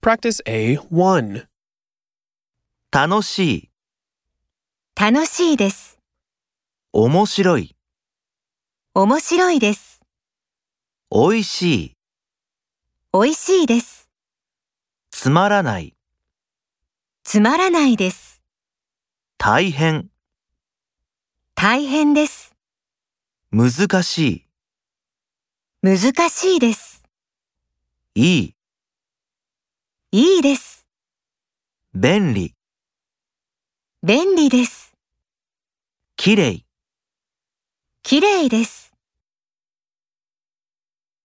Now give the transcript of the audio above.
Practice A1. 楽しい、楽しいです。面白い、面白いです。美味しい、美味しいです。つまらない、つまらないです。大変、大変です。難し難しいです。い、いい、いいです。便利、便利です。きれい。綺麗です。